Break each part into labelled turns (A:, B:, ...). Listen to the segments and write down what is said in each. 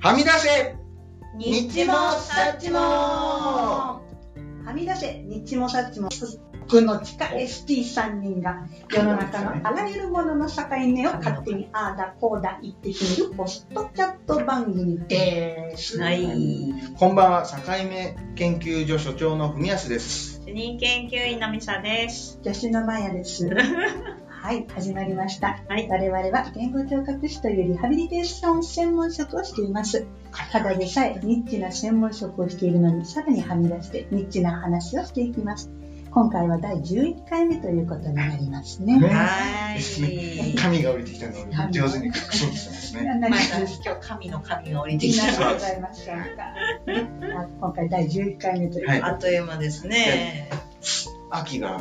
A: はみ出せ
B: 日もさっちもはみ出せ日もさっちも僕の地下 ST3 人が世の中のあらゆるものの境目を勝手にああだこうだ言って決めるポストキャット番組です。
C: はい。
A: こんばんは、境目研究所所長の文康です。
C: 主任研究員のミサです。
B: 吉野真也です。はい、始まりました。
C: はい。
B: 我々は言語聴覚士というリハビリテーション専門職をしています。ただでさえニッチな専門職をしているのに、さらにはみ出してニッチな話をしていきます。今回は第11回目ということになりますね。
A: ね
C: は
A: ですね
C: い。
A: 神が降りてきたのを上手に隠そうとしてます ね。
B: 何
C: ま
B: 々
C: た
B: で
C: 今
B: す
C: 日神の神が降
B: い
C: りてき
B: な
C: た。
B: でございましょうか。ね今回第11回目ということで、
C: あっという間ですね。
A: 秋が、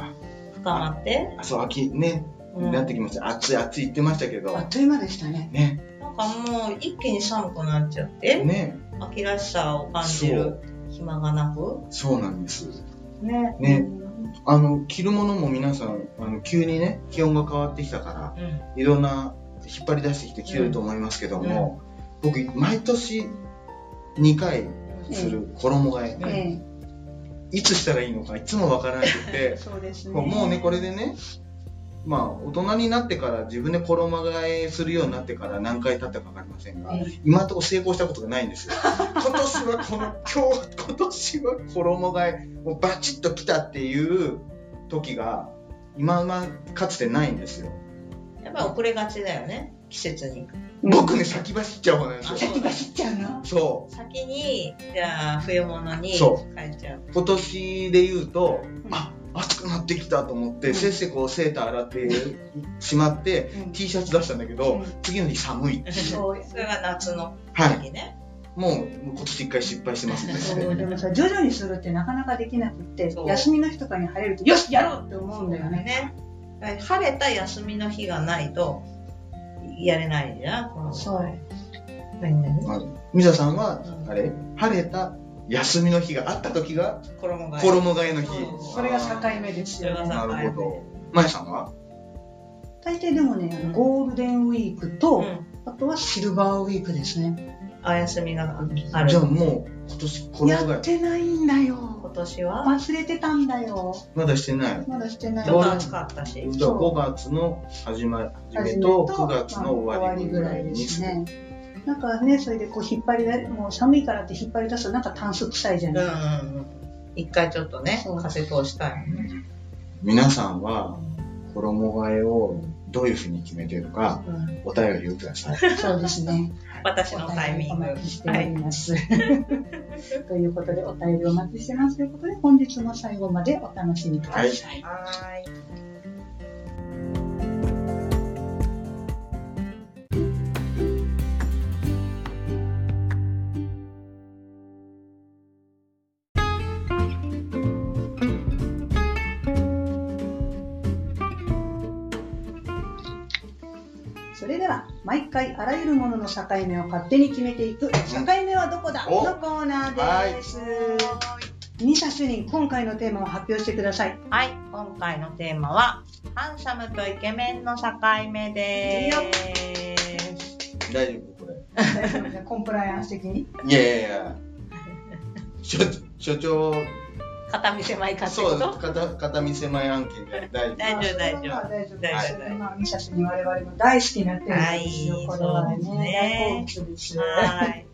C: 深まって。
A: あ、そう、秋ね、
C: うん
A: なってきました。暑い暑い言ってましたけ
B: あ
A: ど
B: っ、という間でしたね。
A: ね、
C: なんかもう一気に寒くなっちゃって、
A: ね、
C: 秋らしさを感じ
A: そ
C: る
A: う
C: 暇がなく。
A: そうなんです。
B: ね。
A: ね
B: うん
A: あの、着るものも皆さん、あの急にね、気温が変わってきたから、
C: うん。
A: いろんな引っ張り出してきて着てると思いますけども、僕、毎年2回する衣替え、
B: え
A: いつしたらいいのかいつもわからなくて
B: え、、そうですね。
A: もうもうね、これでね、まあ、大人になってから自分で衣替えするようになってから何回経ったかわかりませんが、
B: え
A: 今のところ成功したことがないんですよ。今年はこの、今日、今年は衣替え、もうバチッと来たっていう時が、今はかつてないんですよ。
C: やっぱり遅れがちだよね。季節に。
B: え
A: 僕ね、先走っちゃう方なんですよ。
B: 先走っちゃうの
A: そ
C: 先に、じゃあ冬物に帰
A: そ
C: っちゃう。
A: う。今年で言うと
B: う、ん
A: あ、暑くなってきたと思って、
B: うん
A: せっせこうセーター洗ってしまって、
B: うん
A: T シャツ出したんだけ
B: う
A: ど
B: ん、
A: 次の日寒いっていう。
B: そう
C: それが夏の
A: はい。
C: 時ね。
A: もう、もう今年一回失敗してますね。
B: そ うでもさ徐々にするってなかなかできなくって
C: そう
B: 休みの日とかに晴れるとよしやろうって思うんだよね
C: ね。晴れた休みの日がないと、やれないじゃん。この
B: そう
C: 何々
A: あミサさんは
C: う、ん
A: あれ晴れた休みの日があった時が、
C: 衣替え。
A: 衣替えの日。
C: そう
B: それが境目ですよ
C: それ
B: ね
C: が
A: なるほど。まやさんは
B: 大抵でもねあのゴールデンウィーク
C: う
B: と
C: ん。
B: あとはシルバーウィークですね
C: お休みがある
A: じゃ。あもう、今年
B: や
A: 衣
B: っ
A: 替え、
B: てないんだよ
C: 今年は、
B: 忘れてたんだよ
A: まだしてない。
B: まだしてない
C: ちょっと暑かったし。
A: じゃあ5月の始まり始めと9月の終わりぐらいに。
B: ねなんかねそれでこう引っ張りだもう寒いからって引っ張り出すとなんかタンス臭いじゃ
C: うんう
B: ない、
C: んうん。一回ちょっとね
B: そう、
C: 風通したい。
A: 皆さんは、衣替えをどういうふうに決めているか、
C: うん
A: お便りをください。
B: そうですね
C: 私のタイミン
B: お
C: グ。は
B: 待ちしており
C: い。
B: ます。 ということで、お便りお待ちしてますということで、本日も最後までお楽しみください。
A: は
C: はーい。
B: それでは、毎回あらゆるものの境目を勝手に決めていく、境目はどこだ
A: お
B: のコーナーです。ミサ主任、今回のテーマを発表してくださ い。
C: はい。今回のテーマは、ハンサムとイケメンの境目です。
A: 大丈夫これ。
B: 大丈夫ですねコンプライアンス的に。
A: いやいやいや。所所長、
C: 片見せまいかってこ
A: そう、
C: と
A: 片片見せ前案件で大丈夫。
C: 大丈夫大丈夫
B: まあ大丈夫
C: 大
B: 大
C: 丈
B: 丈
C: 夫
B: 夫。まあ、ミサ主任、我々の大好きなテーマですよ。
C: はい
B: これは
C: そうですね
B: ね、大好物です。
C: はい。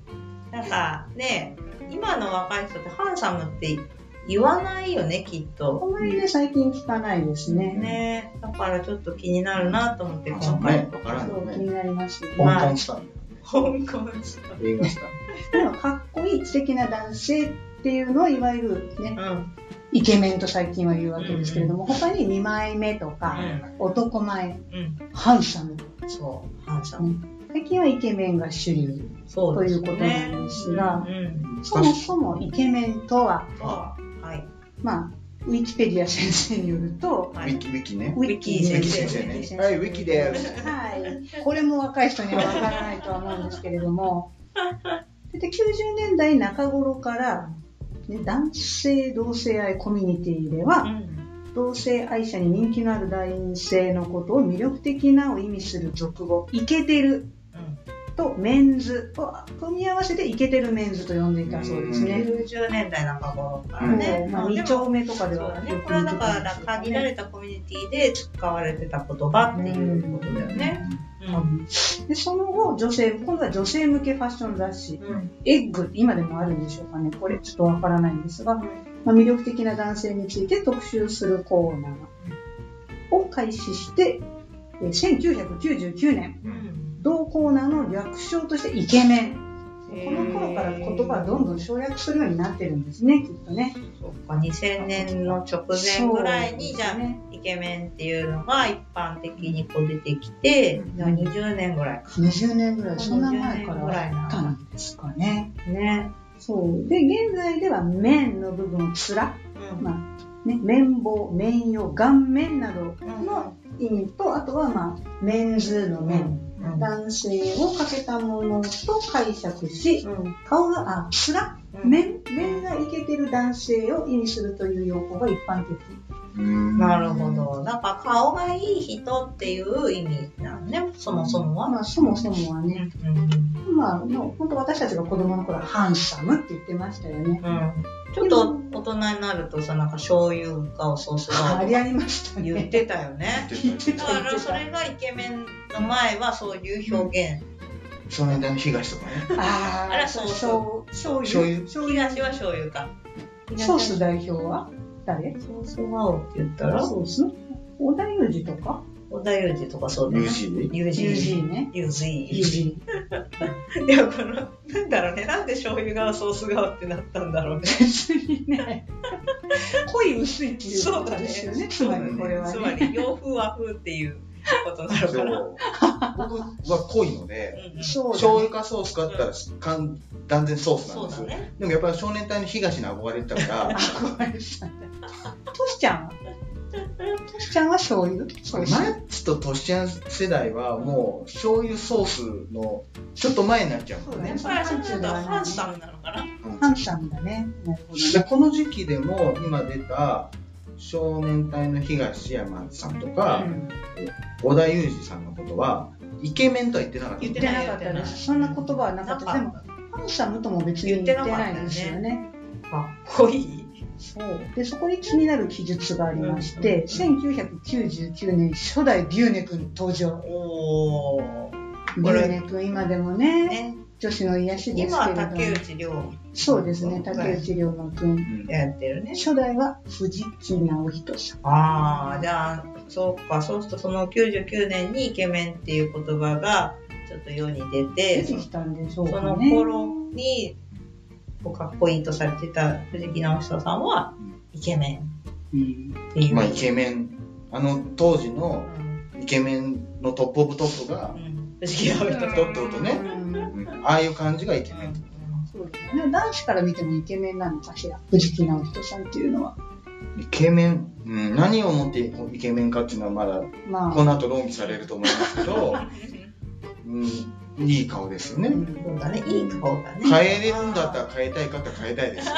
C: なんかね、今の若い人ってハンサムって言わないよね、きっ
B: あ
C: と。
B: んまりね、最近聞かないですね。
C: ね、だからちょっと気になるなと思って、
A: あそう
C: 今回
A: ね、。わからん
B: そ
A: よ
B: う気
A: ね。
B: になりますよね。
A: 香港スタン
C: 香港人
A: ド、映画スタン
B: でもかっこいい素敵な男性っていうのをいわゆるね
C: うん。
B: イケメンと最近は言うわけですけれども、他に2枚目とか、男前
C: うん。
B: ハンサム
C: うん。そう、ハンサム。
B: 最近はイケメンが主流
C: そうですね。
B: ということなんですが
C: うん。
B: そもそもイケメンとは
C: そうはい。
B: まあウィキペディア先生によると
A: ド。
C: は
A: ウィ
C: い。
A: キ、ウィキね。
B: ウィキ
C: ウィキ
A: 先生ねはいウィキです
B: はいこれも若い人にはわからないとは思うんですけれど もで90年代中頃から、ね、男性同性愛コミュニティでは、
C: うん。
B: 同性愛者に人気のある男性のことを魅力的なを意味する俗語「イケてる
C: うん」
B: とメンズを組み合わせてイケてるメンズと呼んでいたそうですね。
C: 90年代中頃からね。
B: まあ、
C: で
B: 2
C: も
B: 丁目とかで
C: そう
B: は
C: だ
B: よ
C: ね。
B: く
C: これはだか
B: 見
C: ら
B: てたんです
C: 限
B: よ
C: ら
B: ね
C: れたコミュニティで使われてた言葉っていうことだよね。うん。
B: でその後女性今度は女性向けファッション雑誌
C: うん。
B: 「エッグ」今でもあるんでしょうかねこれちょっとわからないんですが、まあ、魅力的な男性について特集するコーナーを開始してえー1999年
C: うん。
B: 同コーナーの略称としてイケメンこの頃から言葉はどんどん省略するようになってるんですねきっとね。
C: そっか2000年の直前ぐらいにじゃあ
B: そうですね
C: イケメンっていうのが一般的にこう出てきて、
B: うん
C: じゃあ20年ぐらいか
B: 20年ぐらいそんな前か
C: 20年ぐら
B: らあ
C: いな
B: ったんですかね。
C: ね。
B: そうで現在では面の部分をつら
C: うん。
B: まあね、綿棒、綿用、顔面などの意味と、あとは、まあ、メンズの面、
C: うん。
B: 男性をかけたものと解釈し、
C: うん。
B: 顔が、あ、すら、
C: うん
B: 面、面がイケてる男性を意味するという用語が一般的。
C: なるほど。だから顔がいい人っていう意味なんね、そもそもは。
B: まあ、そもそもは
C: う
B: ね、
C: ん。うん
B: まあ、もう、本当私たちが子供の頃は、ハンサムって言ってましたよね。
C: うん。ちょっと大人になるとさ、なんか醤油かおソース
B: あ
C: が
B: りありました
C: 言っ
B: ね。
C: てたよね。
B: 言って
C: だ
B: た、言
C: か
B: っ
C: ら
B: て
C: そ
B: た。
C: れがイケメンの前はそういう表現。
A: その間の東とかね
B: あー
C: あらそう
B: そう。醤油。
A: 醤油
C: 東は醤油か。
B: ソース代表は誰
C: ソースワオって言ったら、
B: ソース小田裕二とか
C: 小田裕二とかそうだよ
A: 友
C: ね。
A: 人
C: 裕
B: 裕
C: 二。
B: 二ね。
C: 裕二。
B: 裕二。
C: いや、この、なんだろうね。なんで醤油側、ソース側ってなったんだろうね。
B: 別にね、濃い薄いっていう
C: そ
B: こ
C: う
B: と
C: だね。
B: ですよね、つまりこれは
C: つ
B: ね。
C: まり、洋風和風っていうことな
A: そ
C: のか
A: う
C: な。
A: 僕は濃いので
C: うんうん
B: そうだ
A: 醤
B: ね
A: 油かソースかあったらかん断然ソースな
C: そ
A: ん
C: う
A: です
C: だ
A: よ
C: ね。
A: でもやっぱり少年隊の東に憧れてたから
B: 憧れちゃった。トシちゃんはトシちゃんは醤油
A: マッチとトシちゃん世代はもう醤油ソースのちょっと前になっちゃう
B: そ
A: も
B: うんだ
A: ね
B: ね
C: それはちょっとハンサムなのかな。
B: ハンサムだね。なるほどね。
A: でこの時期でも今出た少年隊の東山さんとか、
B: うん
A: 小田裕二さんのことはイケメンとは言ってなかった
C: 言
B: 言
C: っ
B: ってて
C: ない
B: なかったです。そんな言葉はなかった。で
C: な
B: も、ハンサムとも別に言ってないんですよね。
C: かっこいい。
B: そうでそこに気になる記述がありまして、1999年初代ビューネ君登場
C: おー。
B: ビューネ君今でもね
C: ね、
B: 女子の癒しですけ
C: 今は
B: れども
C: 竹内涼
B: そうですね竹内涼真君
A: うん
C: やってるね。
B: 初代は藤木直人さん
C: ああ、じゃあ、そうか、そうするとその99年にイケメンっていう言葉がちょっと世に出
B: 出
C: て、
B: てきたんでしょ
C: そう
B: か
C: の
B: ね
C: 頃にこうかっこいいとされてた藤木直人さんはイケメ
B: うん
C: ンっていう。
A: まあイケメンあの当時の
C: うん
A: イケメンのトップオブトップが
C: う、ん藤木直
A: ト
C: 人と。
A: ップオブトップ
B: う
A: ね、
B: ん
A: うんああいう感じがイケメン
B: そうですね男子から見てもイケメンなのかしら藤木直人さんっていうのは
A: イケメン、うん、何をもってイケメンかっていうのはまだ
B: まあ
A: この後論議されると思いますけど、うん、いい顔ですよね
B: うん
C: そうだね、いい顔がね。
A: 変えれるんだったら変えたい方は変えたいです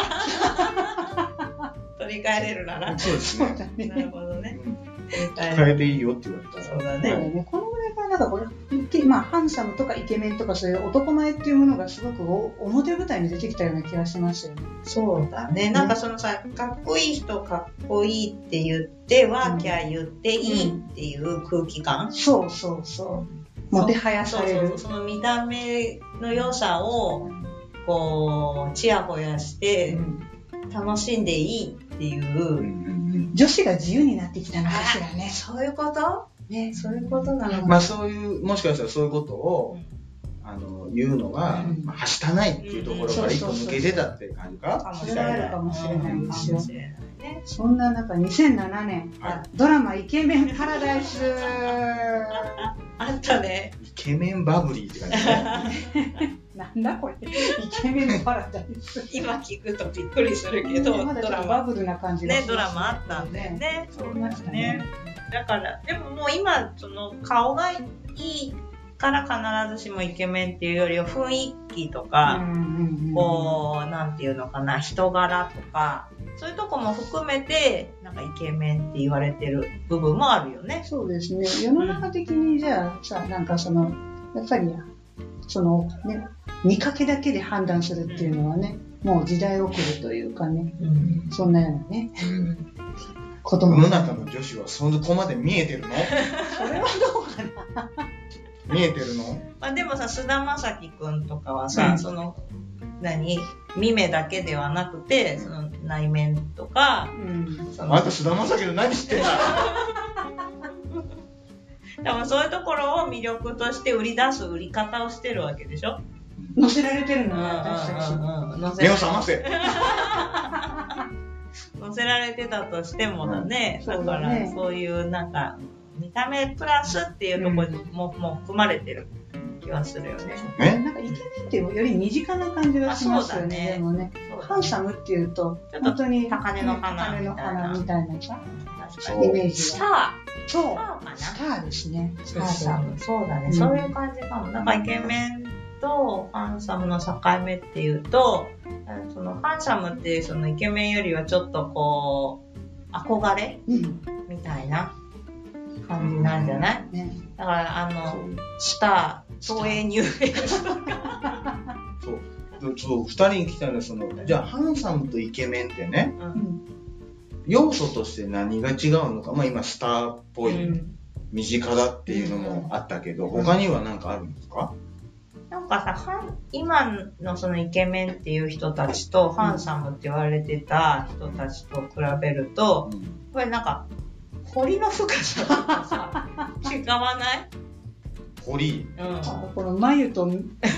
C: 取り替えれるなら。
A: そうです
B: そう
A: ね、
B: だ
C: なる
B: ね
C: ほどね。
A: うん
C: 取り替え
A: 変えていいよって言われた
C: そ
A: ら
C: うだ
B: そうだ
C: ね。
B: ね、このぐらいからなんかこれイケまあ、ハンサムとかイケメンとかそういう男前っていうものがすごくお表舞台に出てきたような気がしますよね。
C: そうだね。なんかそのさ、かっこいい人かっこいいって言って、ワーキャー言っていいっていう空気感。
B: そうそうそう。もてはや
C: そ
B: さ
C: う
B: れ
C: そうそ
B: る
C: う。。その見た目の良さを、こう、ちやほやして、楽しんでいいってい
A: うん
C: う。
A: うん
B: 女子が自由になってきたのかしらね。
C: そういうこと
B: ね
C: そういうことなの
A: うんまあそういうもしかしたらそういうことをあの言うのが、
B: うん
A: まあ、はしたないっていうところから一個抜けてたっていう感じか、
C: も
B: それはあるかもしれないですよ
C: かもしれないね。
B: そんな中、2007年、
A: は
B: ドラマイケメンパラダイス。
C: あったね。
A: い、イケメンバブリーって感じね
B: なんだこれ。イケメンパラダイス。
C: 今聞くとびっくりするけど、
B: まだち
C: ド
B: ょっ
C: ラ
B: と
C: マ
B: バ。ブルな感じがし
C: ね
B: ます、、
C: ドラマあったんだよね。
A: そう
B: ありましたね。
C: だからでももう今その顔がいいから必ずしもイケメンっていうよりは雰囲気と
B: う
C: か、
B: んうんうん
C: こうなんていうのかな人柄とかそういうとこも含めてなんかイケメンって言われてる部分もあるよね。
B: そうですね世の中的にじゃあさなんかそのやっぱりそのね、見かけだけで判断するっていうのはね、もう時代遅れというかね、
C: うん
B: そんなようなね、こと
A: 世
B: も
A: の。中の女子はそこまで見えてるの
B: それはどうかな。
A: 見えてるの
C: まあ、でもさ菅田将暉君とかはさ、
A: うん
C: その何見目だけではなくてその内面とか
B: うん。
C: その
A: あんた菅田将暉の何知ってんだ
C: 多分そういうところを魅力として売り出す売り方をしてるわけでしょ
B: 乗せられてるの
C: うんうん
B: ね、私たち。
C: うんうん乗せ
A: 目を覚ませ
C: 載せられてたとしてもだね、
B: うんそう
C: だ
B: だ
C: か
B: ね
C: らそういうなんか見た目プラスっていうところにも,、もう含まれてる気はするよね。
A: ね
B: なんかイケメンってより身近な感じがしますよね。
C: あそうだね
B: でもね、ハンサムっていうと
C: ちょ、っと
B: 本当に
C: 高嶺の花
B: 高嶺の花みたいなさ、
C: 確
A: そ
C: か
A: う
C: に。
B: イメー
C: ス
B: ジ
C: タ
B: が。
C: ー、
B: そう
C: スタ。ーかな。
B: スターですね。スタ
C: ハン
B: ー
C: サ
B: だ。
C: ム、そうだね、
B: うん
C: そういう感じかも。なんかイケメンとハンサムの境目っていうと、うんそのハンサムっていうそのイケメンよりはちょっとこう、憧れ
B: うん。
C: みたいな感じなんじゃない、
B: ね。
C: だからあ
A: そ
C: の、
A: う
C: スター、東映入園
A: そうそう2人に聞きたいのはそのじゃあハンサムとイケメンってね
C: う
B: うんん。
A: 要素として何が違うのか、まあ、今スターっぽい、
C: うん
A: 身近だっていうのもあったけど、他には何かあるんですか、
C: なんかさ、ハン今のそのイケメンっていう人たちと、ハンサムって言われてた人たちと比べると、これなんか、彫りの深さとか さ、違わない
A: 堀
C: う
B: この眉と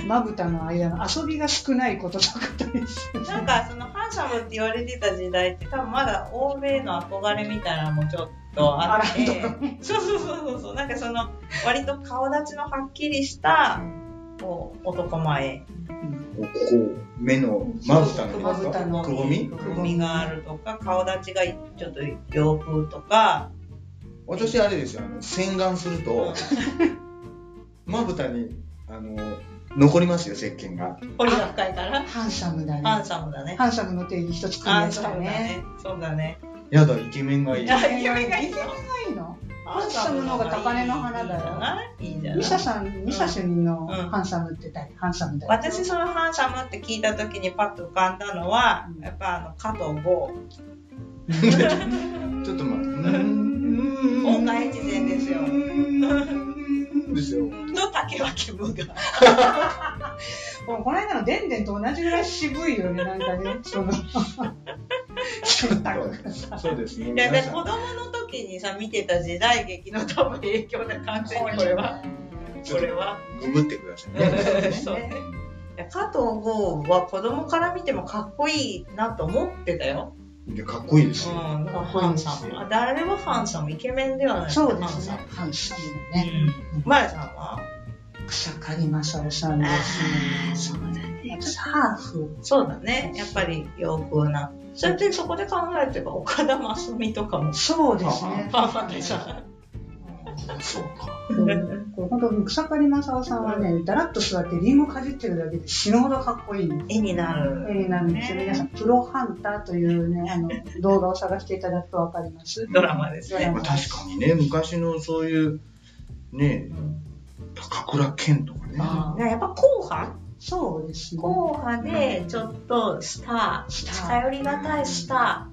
B: まぶたの間の遊びが少ないこととかです
C: ん。なんかそのハンサムって言われてた時代って多分まだ欧米の憧れみたいなのもちょっとあって、そうそうそうそうそう、なんかその割と顔立ちのはっきりした、こう男前
A: ここ目のまぶたの
B: まぶたの
A: くぼみ
C: くぼみがあるとか顔立ちがちょっと洋風とか
A: 私あれですよあの洗顔するとまぶたにあの残りますよ石鹸が
C: 彫りが深いから
B: ハンサムだ
C: ハン
B: ね。
C: サムだね
B: ハンサムの定義一つ考
C: ハ
B: え
C: ンサ
B: た
C: ムだ
B: ね。
C: ねそうだね
A: やだイケメンがいい
C: いやイケメンがいい
B: イケ
C: よ
B: メンがいいのハンサムの方が高嶺の花だよ
C: いいんじゃないいい
B: ミ
C: じゃ
B: サ
C: ない
B: さん、ミサ主任の
C: うん
B: ハンサムって誰ハンサムだよ。
C: 私そのハンサムって聞いた時にパッと浮かんだのは
B: うん
C: やっぱあの加藤剛
A: ちょっと待って
C: 大川越前ですよ
A: ですよ
C: の竹脇無我
B: もうこの間のデンデンと同じぐらい渋いよね、なんかね。その選択が
A: そうですね
C: いやで
A: 皆さん
C: 子供の時にさ見てた時代劇の多分影響で完全にこれはこれは
A: ググってくださいね
C: そうねいや加藤剛は子供から見てもかっこいいなと思ってたよ。
A: いやかっこいいですよ
C: うん、だから
B: か
C: ハ
B: っこいい
C: ン
B: ですよ
C: サム。あ誰もハンサム、イケメンではない。
B: そうです
C: ハ
B: ね
C: ン。
B: ハンサムだ
C: サム。
B: ね。
C: うん。まやさんは
B: 草刈正雄さんですね。そうだね。ハーフ。
C: そうだね。やっぱり洋風な。それでそこで考えてば、岡田真澄とかも。
B: そうですね。
C: パンパンでさ。
A: そうか
B: うんこう本当に草刈正雄さんはね、だらっと座ってリンゴかじってるだけで死ぬほどかっこいい
C: 絵にな
B: 絵
C: る。
B: になるんですよ。
C: ね
B: 皆さん、プロハンターというね、あの、動画を探していただくとわかります。
C: ドラマですね。
A: まあ確かにね昔のそういうね
C: うん
A: 高倉健とかね
B: あ
C: やっぱ後半
B: そうですね。
C: 後半でちょっとスター、近寄りがたいスタ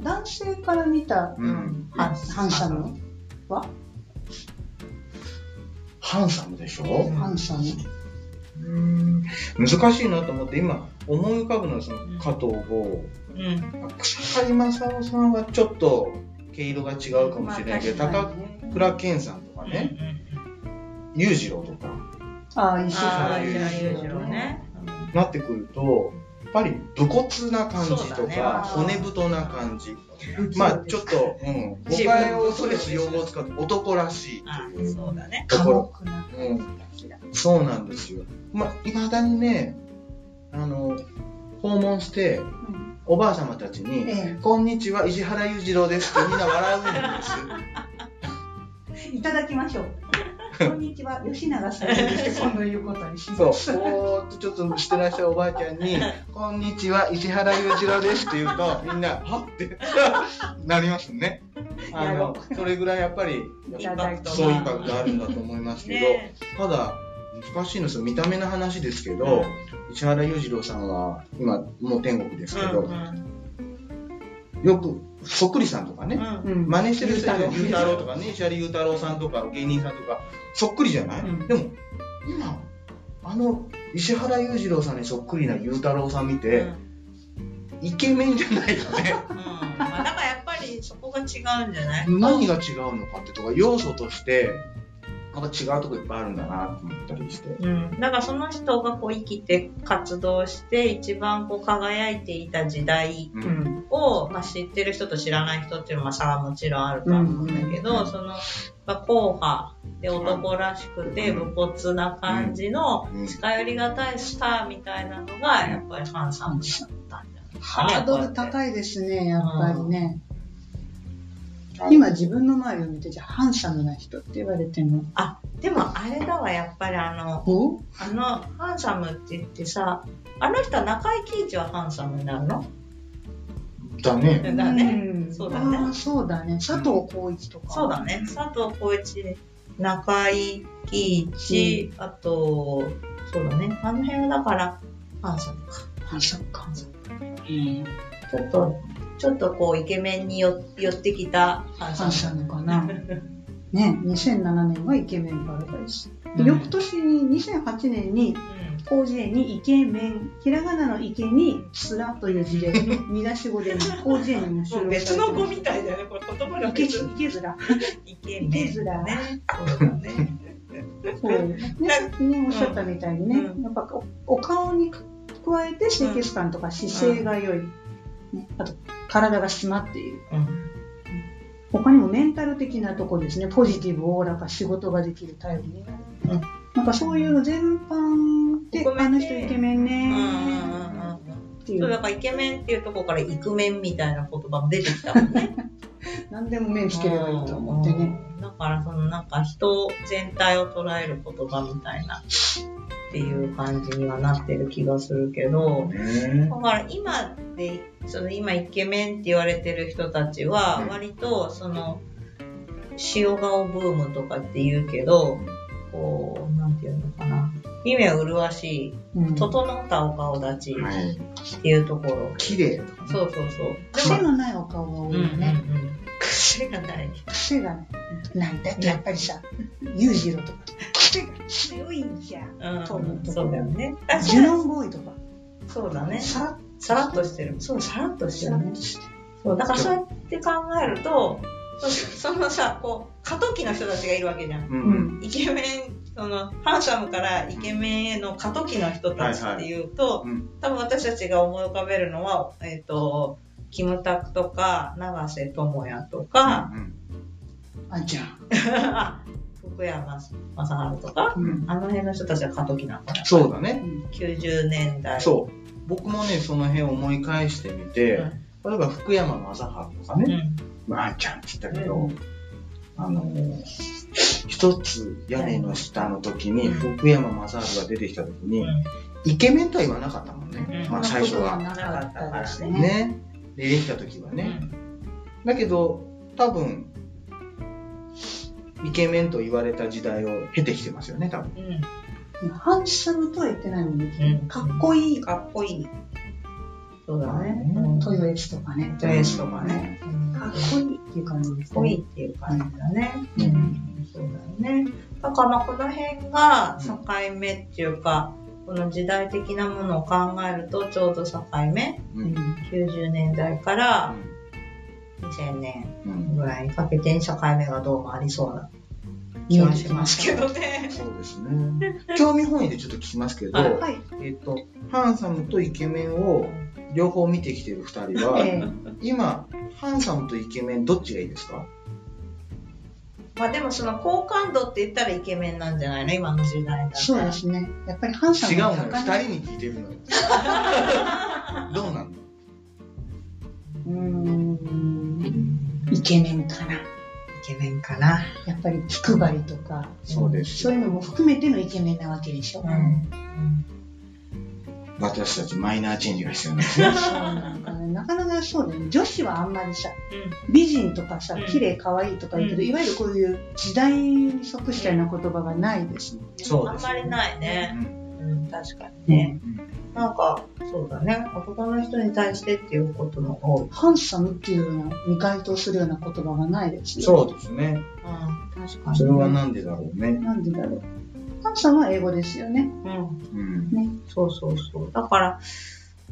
B: 男性から見た
C: ー。
A: うん
C: ハン
B: ハンサムは
A: ハンサムでしょ
B: ハンサム。
A: うん難しいなと思って今思い浮かぶのはその加藤剛
C: うん。
A: 草刈正雄さんはちょっと毛色が違うかもしれないけど
B: まあ
A: 高
B: 確かにね
A: 倉健さんとかね裕次郎とか
B: ああ、一緒
C: ああ、
A: ー
C: い
A: 一
C: や
A: 緒
C: いやいやね。
A: なってくるとやっぱり武骨な感じ
C: そ
A: と
C: うだね
A: か骨太な感じまあちょっと、うん、誤
C: 自分
A: 解を恐れず用語を使って男らしい
C: あ
A: という
C: そうだね。
A: と
B: 寡
A: ころ
B: 黙な
A: うん、そうなんですよ。まあ、いまだにね、あの、訪問して、
B: うん
A: おばあ様たちに、
B: え
A: こんにちは、石原裕次郎ですってみんな笑うんです。
B: えいただきまし ょう。こんにちは、吉永さんです。今度言うことにし。
A: そうう、ぼーっとちょっとしてらっしゃるおばあちゃん に、こんにちは、石原裕次郎ですって言うと、みんな、はって なりますね。あの、それぐらいやっぱり、
B: いただき
A: そうインパクトあるんだと思いますけど、
C: ね
A: ただ、難しいんですよ見た目の話ですけど、石原裕次郎さんは今もう天国ですけど、
C: うん
A: よくそっくりさんとか
C: うん
A: ね、
C: うん
B: うん
A: 真似してる人
B: ゆうたろ
A: ゆうたろ
B: う
A: うとかね石原裕太郎さんとか芸人さんとかそっくりじゃない、
C: うん
A: でも今あの石原裕次郎さんにそっくりな裕太郎さん見
C: うんう
A: て、
C: ん
A: イケメンじゃないよ ね
C: まあだからやっぱりそこが違うんじゃない
A: 何が違うのかってとか要素としてなんか違うとこいっぱいあるんだなと思ったりして
C: うん、だからその人がこう生きて活動して一番こう輝いていた時代
A: う
B: うんん
C: を、まあ、知ってる人と知らない人っていうのは差はもちろんあると
B: う
C: 思うん
B: ん
C: だけど、その、まあ、硬派で男らしくて
A: う
C: 武骨な感じの
A: うん
C: 近寄りがたいスターみたいなのがやっぱりハンサムだったんじゃないですか
B: ハ
C: ね。
B: ードル
C: い。
B: 高いですね、やっぱりね。今自分の周りを見て、じゃあハンサムな人って言われても、
C: あ、でもあれだわ、やっぱりあの、
B: お
C: あの、ハンサムって言ってさ、あの人は中井貴一はハンサムになるの
A: だね
C: だね。
B: うん
C: そうだね
B: あーそうだね。佐藤浩市とか。
C: そうだね。佐藤浩市、中井貴一、あと、そうだね。あの辺はだから、ハンサムか。
B: あ、そっか。
C: ちょっと、ちょっとこう、イケメンによ寄ってきたハンサ
B: 感
C: ム。
B: 謝のか な。ね、2007年はイケメンパラダイス。
C: うん
B: 翌年に2008年に広辞苑にイケメン、ひらがなのイケにスラという字で、見出し語で広辞苑にも収
C: もう
B: 録さ
C: 別
B: れ
C: の
B: て
C: 子
B: ます。
C: みたいだよね。これ言葉が
B: イケイ
C: 別に
B: ケズラ。
C: イケ
B: イ
C: メ
B: ケ
C: ン。
B: ズラ。
C: ね。そうだね。
B: そう。ね、さっきね、おっしゃったみたいにね、
C: うん
B: やっぱおお顔に加えて清潔感とか姿勢が良い。ね、あと、体が締まっている。
C: うん。
B: 他にもメンタル的なとこですね。ポジティブ、おおらか、仕事ができる頼りになる。
C: うん
B: なんかそういうの全般で、
C: ここまで
B: あの人イケメン
C: うん
B: ね
C: うんう
B: ー
C: んうん。
B: ってい
C: そう、だ
B: う。
C: からイケメンっていうところからイクメンみたいな言葉も出てきたもんね。
B: 何でも面つければいいと思ってね。
C: うん。だからそのなんか人全体を捉える言葉みたいなっていう感じにはなってる気がするけど、だから今で、その今イケメンって言われてる人たちは
A: うん
C: 割とその塩顔ブームとかって言うけど、こう、なんていうのかな。意味は麗し
B: うん
C: い、整ったお顔立ち
A: はい
C: っていうところ。
A: 綺麗
C: そうそうそう。
B: 癖のないお顔が多いよね。
C: うんうんうん癖がない。
B: 癖がね、なんだってやっぱりさ、裕次郎とか、癖が強いんじゃん。
C: うんそうだよね。
B: ジュノンボーイとか、
C: そうだね。
B: さらっ
C: さらっとしてる。そう、さらっとして
B: と
C: るね。
B: ねして
C: そう、だからそうやって考えると、そそのさ、こう、過渡期の人たちがいるわけじゃん。
A: うん
B: うん
C: イケメン、その、ハンサムからイケメンへの過渡期の人たちっていうと、
A: はいはいうん
C: 多分私たちが思い浮かべるのは、えっ、と、キムタクとか、永瀬智也とか、
B: あんちゃん。
C: あ福山雅治とか、
A: うん
C: あの辺の人たちは過渡期なのかな。
A: そうだね
C: 90年代。
A: そう僕もねその辺思い返してみて、
C: うん
A: 例えば福山雅治とか
C: う
A: ね、
C: ん。
A: まああんちゃんって言ったけど、
C: う
A: あの一つ屋根の下の時に福山雅治が出てきた時に、
C: うん
A: イケメンとは言わなかったもんね、
C: うん
A: まあ、最初は。
B: なかったですね。
A: ねで出てきた時はね、だけど多分イケメンと言われた時代を経てきてますよね多分
C: うん。うん
B: ハンサムとは言ってないもんね。
C: うん
B: かっこいい。
C: かっこいい。そうだね。
B: トヨエツとかね。
C: ドレスとかね。
B: か
C: か
B: っこいいっていう感じです
C: っこいい
B: ね。
C: っていう感じだね。
A: うん
C: そうだよね。だからまあこの辺が境目っていうか、この時代的なものを考えるとちょうど境目。
A: うん
C: 90年代から2000年
A: うん
C: ぐらいにかけてに境目がどうもありそうな気はしますけどね。
A: そうですね。興味本位でちょっと聞きますけど、
C: はい
B: はい。
A: えっと、ハンサムとイケメンを両方見てきてる2人は、
B: え
A: 今、ハンサムとイケメンどっちがいいですか
C: まあでもその好感度って言ったらイケメンなんじゃないの今の時代だ
B: え
C: と
B: そうですね。やっぱりハンサム
A: 違うのよ、
B: 高
A: 2
B: い
A: 人に聞いてるの よ。どうなの
B: うーん。イケメンかな。
C: イケメンかな。
B: やっぱり気配りとか、
A: そうです
B: そういうのも含めてのイケメンなわけでしょ。
C: うん
A: 私たちマイナーチェンジが必要なんですね。
B: なんかね、なかなかそうね、女子はあんまりさ、
C: う
B: 美人とかさ
C: うん、
B: 綺麗可愛いとか言うけど、
C: うん
B: いわゆるこういう時代に即したような言葉がないですね。
C: ん。
A: そう
C: あ
A: で
C: ん
A: す
C: まりないね。
A: うん
C: うん、確かにね。なんか、そうだね。男の人に対してっていうことの多い。
B: ハンサムっていうような、に該当するような言葉がないですね。
A: そうですね。
C: うん、確か
A: それ
C: に。
A: はなんでだろうね。
B: なんでだろう。ハンサムは英語ですよね。
C: うん、
A: うん。
C: そうそうそう。だから、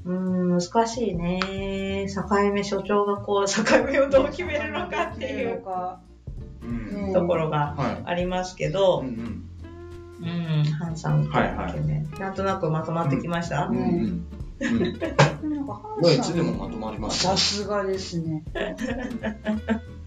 C: うーん、難しいね。境目、所長がこう、境目をどう決めるのかっていう
B: か。
A: うん。
C: ところが
A: は
C: ありますけ
A: い。
C: ど
A: うん、うん。
C: うん、ハンサムっていうイケメン。なんとなくまとまってきました、
A: うんうん。うん。
B: なんかハ
A: まあい
B: ンサ
A: つ
B: ム
A: でもまとまります。
B: さすがですね。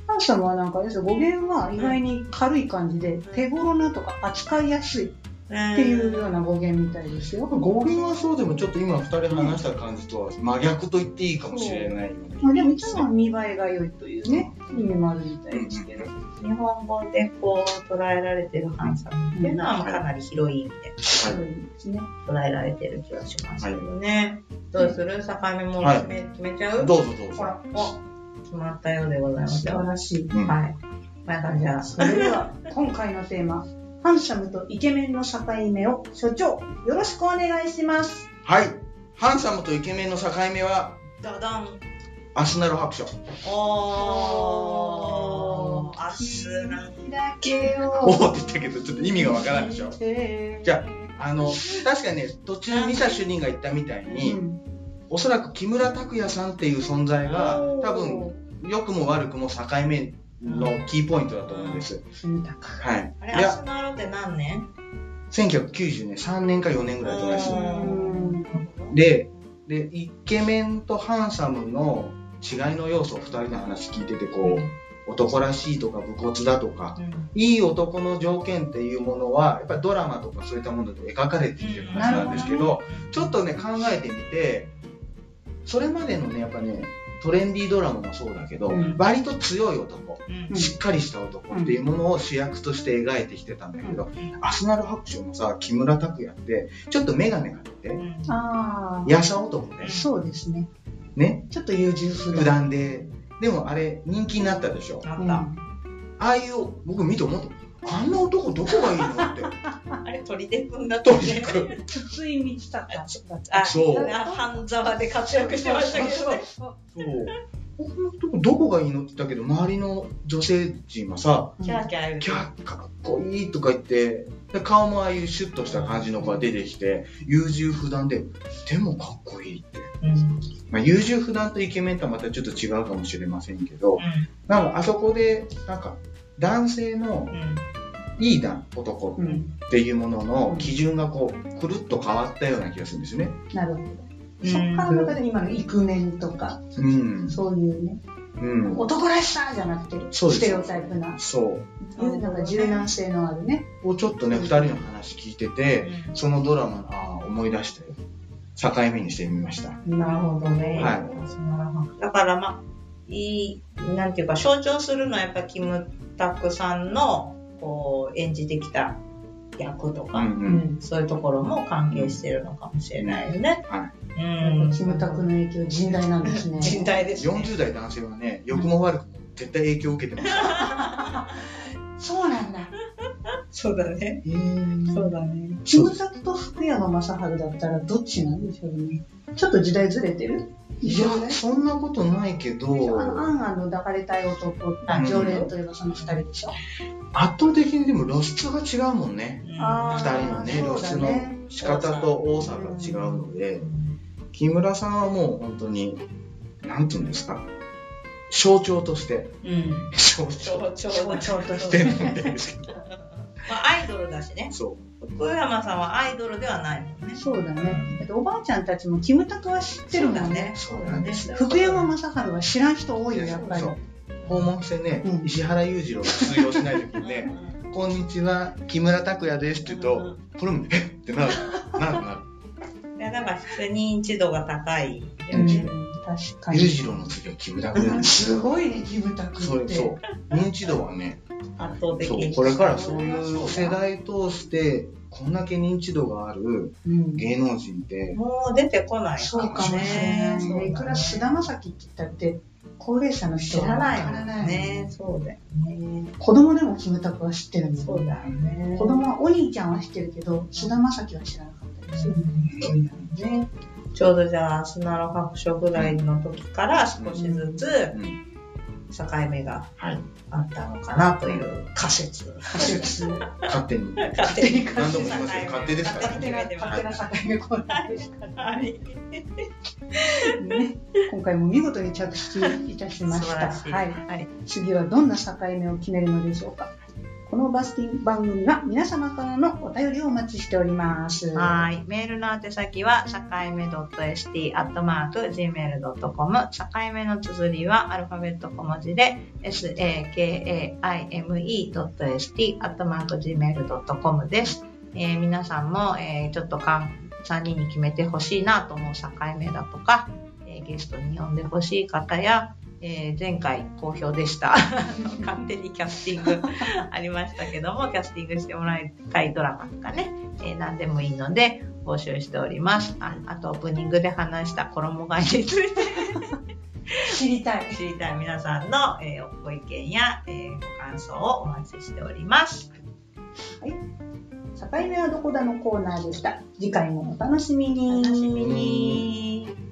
B: ハンサムはなんかあれですよ語源は意外に軽い感じで、手頃なとか扱いやすいっ
C: って
B: いうような語源みたいですよ。
A: 語源はそうでもちょっと今二人話した感じとは真逆と言っていいかもしれないよね。
B: まあ、でも一番見栄えが良いというね、意味もあるみたいですけど。
C: 日本語でこう捉えられてるハンサムっていうのはまあかなり広い意味で
B: そうですね。
C: 捉えられてる気がしますけどね。どうする境目も
A: はい
C: 決め,、決めちゃう
A: どうぞどう
C: ほ
A: ぞ。
C: ら、お決まったようでございますよ。は
B: らしい。
A: うん
C: い。まやかんじゃあ、
B: それでは、今回のテーマ、ハンサムとイケメンの境目を所長、よろしくお願いします。
A: はい。ハンサムとイケメンの境目は、
C: ダダン。
A: アスナロ白書。
C: おー、アスナ。
B: だけ
A: お
B: を
A: おって言ったけど、ちょっと意味がわからないでしょ。じゃあの、確かにね、途中ミサ主任が言ったみたいに、
B: うん
A: おそらく木村拓哉さんっていう存在が、多
B: お
A: 分、良くも悪くも境目のキーポイントだと思うんです。
B: ー冷たか
A: はい。
C: あ
A: い
C: れ、ア
A: や、
C: スナロって何年
A: 1990年、3年か4年ぐらいだと思います。
B: ん
A: で、で、イケメンとハンサムの違いの要素を2人の話聞いてて、こう、男らしいとか武骨だとか、
C: うん
A: いい男の条件っていうものは、やっぱりドラマとかそういったもので描かれている話なんですけど、ちょっとね、考えてみて、それまでのね、やっぱね、トレンディードラマもそうだけど、
B: うん
A: 割と強い男、
C: うん
A: しっかりした男っていうものを主役として描いてきてたんだけど、アスナル白書のさ、木村拓哉って、ちょっと眼鏡かけて、
C: うん
B: あ
A: やさ男ね、
B: そうですね。
A: ね、
B: ちょっと優柔不
A: 普段で、でもあれ、人気になったでしょ。
C: あ
B: う
C: っ
B: ん
C: た。
A: ああいう、僕見て思った。あんな男どこがいいの って。
C: あれ、鳥出くんだった
A: と
C: ね
A: にかく。
B: 筒井道隆だった。
C: あ、
A: そう
C: あ半沢で活躍してましたけどね。
A: そう。こんなとこどこがいいのって言ったけど、周りの女性陣はさ、
C: キャーキャー言う
A: キャーかっこいいとか言って、で顔もああいうシュッとした感じの子が出てきて、優柔不断で、でもかっこいいって。
C: うん
A: まあ、優柔不断とイケメンとはまたちょっと違うかもしれませんけど、
C: う
A: なんかあそこで、なんか、男性の
C: ん
A: いい男男
B: う
C: うん
B: ん。
A: っていうものの基準がこう、くるっと変わったような気がするんですね。
B: なるほど。そっからまたね今のイクメンとか、
A: うん。
B: そういうね、
A: うん。
B: 男らしさじゃなくて、
A: そうです
B: ステレオタイプな、
A: そう。
B: うんなんか柔軟性のあるね。
A: をちょっとね、二人の話聞いてて、そのドラマのあー思い出して、境目にしてみました。
C: なるほどね。
A: はい。
C: い。だからまあ、いい、なんていうか、象徴するのはやっぱキムタクさんの、こう、演じてきた役とか、
B: うんん。
C: そういうところも関係してるのかもしれないよね。
A: はい
C: うん。
B: キムタクの影響甚大なんですね。
C: 人体ですね。
A: 40代男性はね、良くも悪くも絶対影響を受けてます。
B: そうなんだ。
C: そうだね。そうだね。
B: キムタクと福山雅治だったらどっちなんでしょうね。ちょっと時代ずれてる
A: いや、そんなことないけど、
B: あの、アンアンの抱かれたい男、あ常連といえばその二人でしょ。
A: 圧倒的にでも露出が違うもんね。
B: あ
A: 二
B: ー
A: 人のね、露
B: そ
A: 出の
B: うだね
A: 仕方と多さが違うので、木村さんはもう本当に、なんて言うんですか、象徴として、
C: うん。
A: 象徴
C: 象徴
B: 象徴と
A: し
B: してて。
A: るみたいですけど。
C: まあ、アイドルだしね。
A: そう。
C: 福山さんはアイドルではないもんね。
B: そうだね。だっておばあちゃんたちもキムタクは知ってるもんね。
A: そうなんです
B: 福山雅治は知らん人多いよ、やっぱり。
A: そう訪問してね、
B: うん
A: 石原裕次郎が通用しない時に ね「こんにちは木村拓哉です」って言うと、
C: うん
A: これも「えっ!」ってなるなるなる
C: いや、なんか普通に認知度が高いよ
B: うん
C: ね。
B: 確か
A: 裕
B: に。
A: 次郎の次は木村拓哉です
B: すごいね、キムタク
A: そ
B: っ
A: れ
B: て。
A: そう認知度はね
C: 圧倒的
A: そうこれからそういう世代通してこんだけ認知度がある
B: うん
A: 芸能人って
C: もう出てこない
B: そうかもしれない。いくら菅田将暉って言ったって、高齢者の人
C: 知
B: は
C: らないも
B: わ
C: ん
B: から
C: ね。そうだよね。
B: 子供でもキムタクは知ってるもんね
C: そうだよね。
B: 子供はお兄ちゃんは知ってるけど、菅田将暉は知らなかったです。
C: ね。ちょうどじゃあ、スナロ白書ぐらいの時から少しずつ
A: うん
C: 境目が
A: はい
C: あったのかなという仮説。
A: 勝手 に
C: 勝手に
A: 何度も言いますけど勝手ですから
C: 勝手に決めてます
B: 勝手な境目コーナーですか
C: は
B: ら
C: い。
B: ね。今回も見事に着地いたしま
C: 素
B: し
C: 晴
B: た。
C: らしい。
B: はい。次はどんな境目を決めるのでしょうかこのバスティン番組は皆様からのお便りをお待ちしております
C: はい。メールの宛先は、さかいめ .st.gmail.com。さかいめの綴りは、アルファベット小文字で、sakaime.st.gmail.com です。えー皆さんも、えーちょっとかん3人に決めてほしいなと思う境目だとか、えーゲストに呼んでほしい方や、えー前回好評でした。勝手にキャスティ ングありましたけども、キャスティングしてもらいたいドラマとかね、えー何でもいいので募集しております。ああとオープニングで話した衣替えについて
B: 知りたい
C: 知りたい皆さんの、えーご意見や、えーご感想をお待ちしております。
B: 境目はどこだのコーナーでした次回もお楽しみに
C: 楽しみに。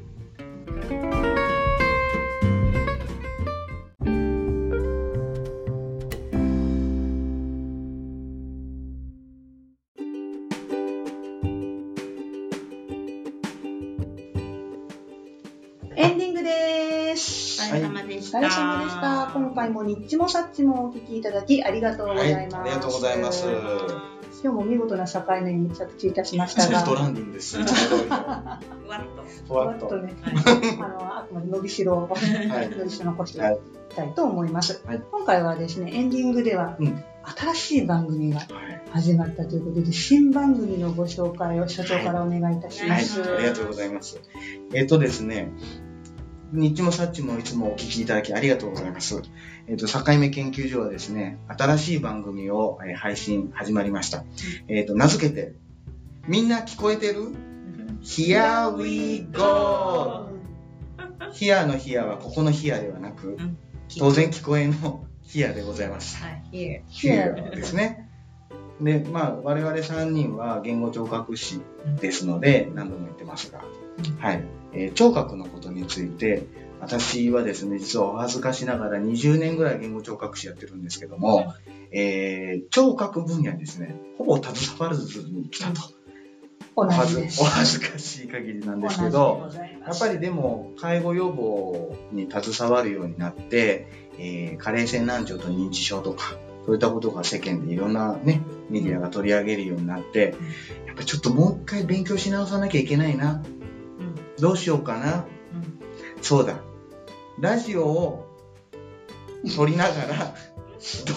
B: エンディングです
C: お疲れ様で
B: お
C: した。
B: 疲れ様でした今回もニッチもサッチもお聞きいただきありがとうございます、
A: はいありがとうございます
B: 今日も見事な境目に着地いたしました
A: ソ フト
B: が
A: ランディング ですふ
C: ふわっと。
B: ちょ
A: わ
B: っ
A: っ
B: と
A: と
B: ね
C: は
B: あのあくまで伸びしろを
A: はい
B: よりして残していきたいと思います、
A: はい
B: 今回はですねエンディングでは、
A: うん
B: 新しい番組が
A: はい
B: 始まったということで新番組のご紹介を所長からお願いいたし
A: は
B: ま
A: い
B: す、
A: ありがとうございますえっとですね日もさっちもいつもお聞きいただきありがとうございます。えっ、と、境目研究所はですね、新しい番組を、えー配信始まりました。えっ、と、名付けて、みんな聞こえてる ?Here we go! ヒアのヒアはここのヒアではなく、当然聞こえのヒアでございます。
C: い、here
A: ヒアですね。で、まあ、我々3人は言語聴覚士ですので、何度も言ってますが、はい。えー聴覚のことについて、私はですね、実はお恥ずかしながら20年ぐらい言語聴覚士やってるんですけども、えー聴覚分野にですね、ほぼ携わらずに来たと。お
B: 同
A: 恥
B: じ
A: ず
B: です
A: お恥ずかしい限りなん
B: 同
A: で
B: じ
A: す
B: で
A: けど、
B: ござい
A: や
B: ま
A: っ
B: す
A: ぱりでも介護予防に携わるようになって、えー加齢性難聴と認知症とかそういったことが世間でいろんなねメディアが取り上げるようになってやっぱりちょっともう一回勉強し直さなきゃいけないな
C: うん
A: どうしようかなそうだラジオを撮りながら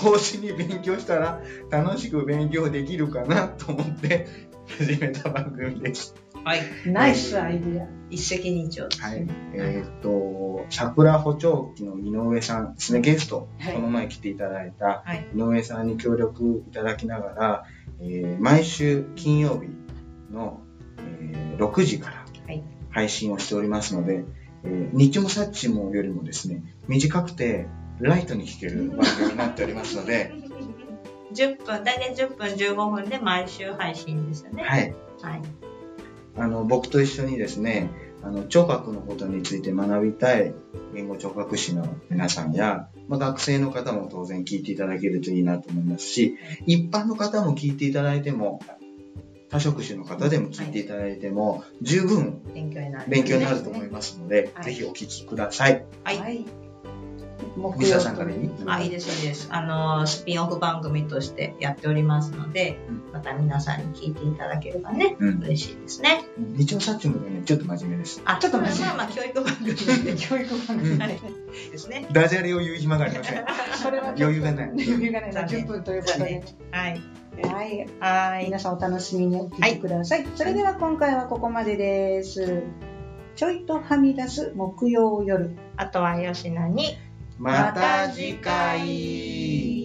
A: 同時に勉強したら楽しく勉強できるかなと思って始めた番組です。
C: うんはい。
B: ナイスアイディア
C: 一石二鳥。
A: はい、えーっと、桜補聴器の井上さんですね、ゲスト、
B: はい
A: この前来ていただいた
C: はい。
A: 井上さんに協力いただきながら、えー毎週金曜日の、えー6時から
C: はい
A: 配信をしておりますので、えー日もさっちもよりもですね、短くてライトに弾ける番組になっておりますので、
C: 10分、大体10分15分で毎週配信ですよね。
A: はい。
C: はい。
A: あの僕と一緒にですねあの聴覚のことについて学びたい言語聴覚士の皆さんや、まあ、学生の方も当然聞いていただけるといいなと思いますし一般の方も聞いていただいても多職種の方でも聞いていただいても、十分
C: 勉強になる。
A: 勉強になると思いますので、
C: はい
A: ぜひお聞きください。
C: はい
B: い木
A: 西
B: 曜
A: 田
B: 日
A: さんからいい
C: あ、いいです、いいです。あの、スピンオフ番組としてやっておりますので
A: う、
C: また皆さんに聞いていただければね、
A: うん、
C: 嬉しいですね。
A: 一応さっきもね、ちょっと真面目です。
C: あ、
B: ちょっと待って
C: まあまあ、教育番組で
B: 教育番組
A: うん
C: ですね。
A: ダジャレを言う暇がありません。
B: それは
A: 余裕がない
B: 余裕がないな
C: 残念
B: 10分ということでね
C: はい。
B: はい
C: はい。
B: 皆さんお楽しみにお聞きください、それでは今回はここまでですちょいとはみ出す木曜夜
C: あとは、吉野に、
A: また次回。